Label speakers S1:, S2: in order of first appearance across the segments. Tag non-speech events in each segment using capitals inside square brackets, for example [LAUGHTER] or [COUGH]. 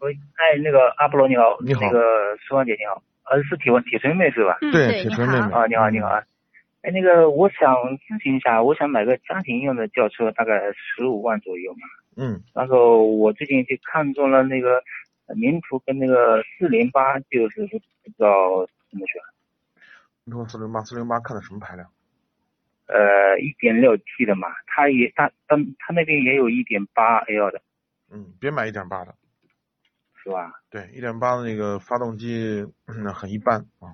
S1: 喂，哎，那个阿波罗你好，
S2: 你好
S1: 那个苏芳姐你好，呃，是铁文铁锤妹是吧？
S3: 嗯，你
S2: 对铁
S3: 好，
S2: 锤妹妹
S1: 啊，你好，你好啊。哎，那个我想咨询一下，我想买个家庭用的轿车，大概十五万左右嘛。
S2: 嗯
S1: 然后我最近就看中了那个呃名图跟那个四零八，就是不知道怎么选。
S2: 你说四零八，四零八看的什么排量？
S1: 呃，一点六 T 的嘛，它也它它它那边也有一点八 L 的，
S2: 嗯，别买一点八的，
S1: 是吧？
S2: 对，一点八的那个发动机、嗯、很一般啊。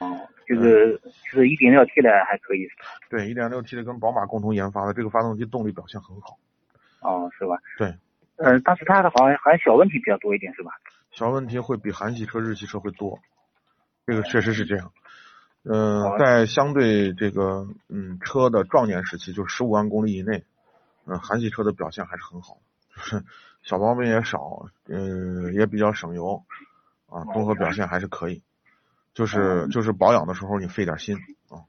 S1: 哦，就是
S2: 嗯
S1: 就是一点六 T 的还可以，
S2: 对，一点六 T 的跟宝马共同研发的，这个发动机动力表现很好，
S1: 哦，是吧？
S2: 对。
S1: 呃，但是它的好像好像小问题比较多一点，是吧？
S2: 小问题会比韩系车、日系车会多，这个确实是这样。
S1: 哦好啊
S2: 呃，在相对这个嗯车的壮年时期，就是十五万公里以内，嗯、韩系车的表现还是很好， [LAUGHS] 就是小毛病也少，嗯、也比较省油，
S1: 哦
S2: 啊，综合表现还是可以。就是就是保养的时候你费点心啊。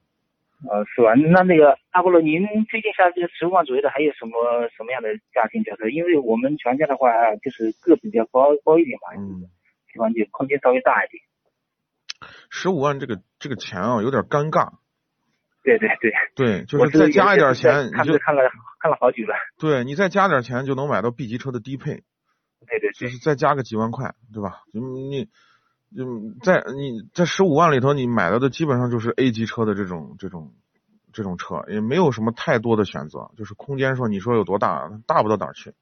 S1: 呃，是吧？那那个阿波罗，您推荐一下这个十五万左右的还有什么什么样的家庭轿车？因为我们全家的话，就是个比较高高一点嘛，
S2: 嗯，
S1: 地方就空间稍微大一点。
S2: 十五万这个这个钱啊有点尴尬，
S1: 对对对，
S2: 对，就
S1: 我
S2: 是再加一点钱你
S1: 看
S2: 就
S1: 了看了看了好久了。
S2: 对你再加点钱就能买到 B 级车的低配。
S1: 对对
S2: 就
S1: 对，
S2: 是再加个几万块，对吧？你你就在你在十五万里头，你买到的基本上就是 A 级车的这种这种这种车，也没有什么太多的选择。就是空间说你说有多大，大不到哪儿去。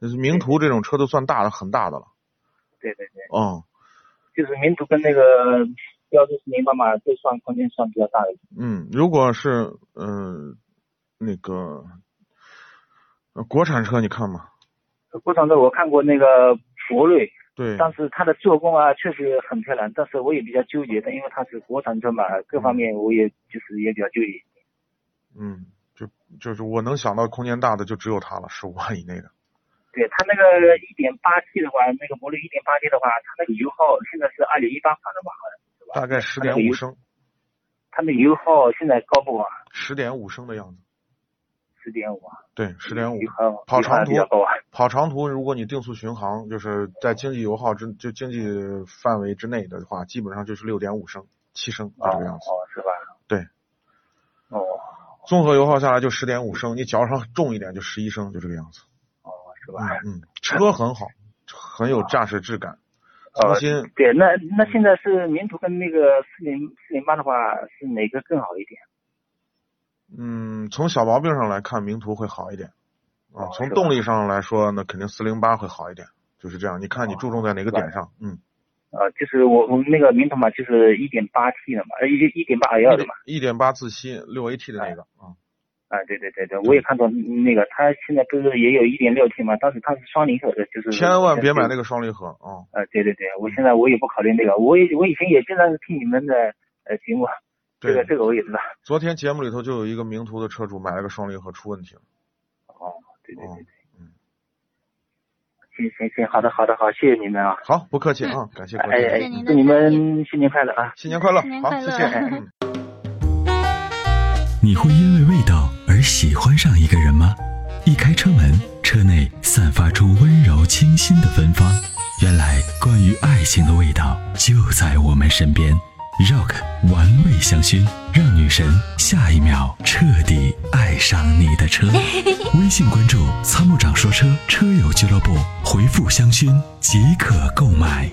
S2: 就是名图这种车都算大的，很大的了。
S1: 对对对，
S2: 哦，
S1: 就是名图跟那个标致四零八嘛，都算空间算比较大的。
S2: 嗯，如果是嗯、呃那个呃国产车，你看嘛，
S1: 呃过场的我看过那个博瑞，
S2: 对，
S1: 但是它的做工啊确实很漂亮，但是我也比较纠结，但因为它是国产车嘛，各方面我也就是也比较纠结。
S2: 嗯，就就是我能想到空间大的就只有它了，十五万以内的。
S1: 对它那个一点八 T 的话，那个博瑞一点八 T 的话，它那个油耗现在是二点一八款的吧？好像是吧？
S2: 大概十
S1: 它那
S2: 点
S1: 个
S2: 五
S1: 油
S2: 升，
S1: 它那油耗现在高不高啊？
S2: 十点五升的样子。
S1: 十点五啊，
S2: 对，十点五
S1: 油。耗
S2: 跑长
S1: 油耗比较
S2: 途
S1: 高啊。
S2: 跑长途，如果你定速巡航，就是在经济油耗之就经济范围之内的话，基本上就是六点五升、七升就
S1: 哦
S2: 啊这个样子。
S1: 哦，是吧？
S2: 对。
S1: 哦
S2: 综合油耗下来就十点五升，你脚上重一点就十一升，就这个样子。
S1: 哦，是吧？
S2: 嗯嗯，车很好，很有驾驶质感。重
S1: 呃
S2: 新
S1: 对，那那现在是名图跟那个四零四零八的话，是哪个更好一点？
S2: 嗯，从小毛病上来看，名图会好一点。啊
S1: 哦，
S2: 从
S1: 是吧
S2: 动力上来说，那肯定四零八会好一点，就是这样。你
S1: 哦
S2: 看你注重在哪个点上？嗯，
S1: 呃，就是我我们那个名图嘛，就是一点八 T 的嘛，呃一一点八 L 的嘛。哎
S2: 一点八自吸六 AT 的那个啊。
S1: 啊，对对对对，我也看
S2: 嗯
S1: 到嗯那个，它现在不是也有一点六 T 嘛，但是它是双离合的，就是
S2: 千万别买那
S1: 个。
S2: 个双离合啊、
S1: 呃，对对对，我现在我也不考虑那个，我也我以前也经常是听你们的呃节目，这个这个我也知道。
S2: 昨天节目里头就有一个名图的车主买了个双离合出问题了。
S1: 哦，对对对对，
S2: 嗯
S1: 行行行，好的好的好，谢谢你们啊，
S2: 好，不客气啊，感谢关
S1: 哎
S2: 心。
S1: 哎
S3: 谢谢您，的
S1: 祝你
S3: 参与
S1: 们新年快乐啊！
S2: 新年快乐，
S3: 新年
S2: 好
S3: 快，
S2: 谢
S3: 乐
S2: 谢。
S3: [LAUGHS]
S2: 嗯
S4: 你会因为味道而喜欢上一个人吗？一开车门，车内散发出温柔清新的芬芳。原来，关于爱情的味道就在我们身边。Rock 玩味香薰，让女神下一秒彻底爱上你的车。微信关注“参谋长说车”车友俱乐部，回复“香薰”即可购买。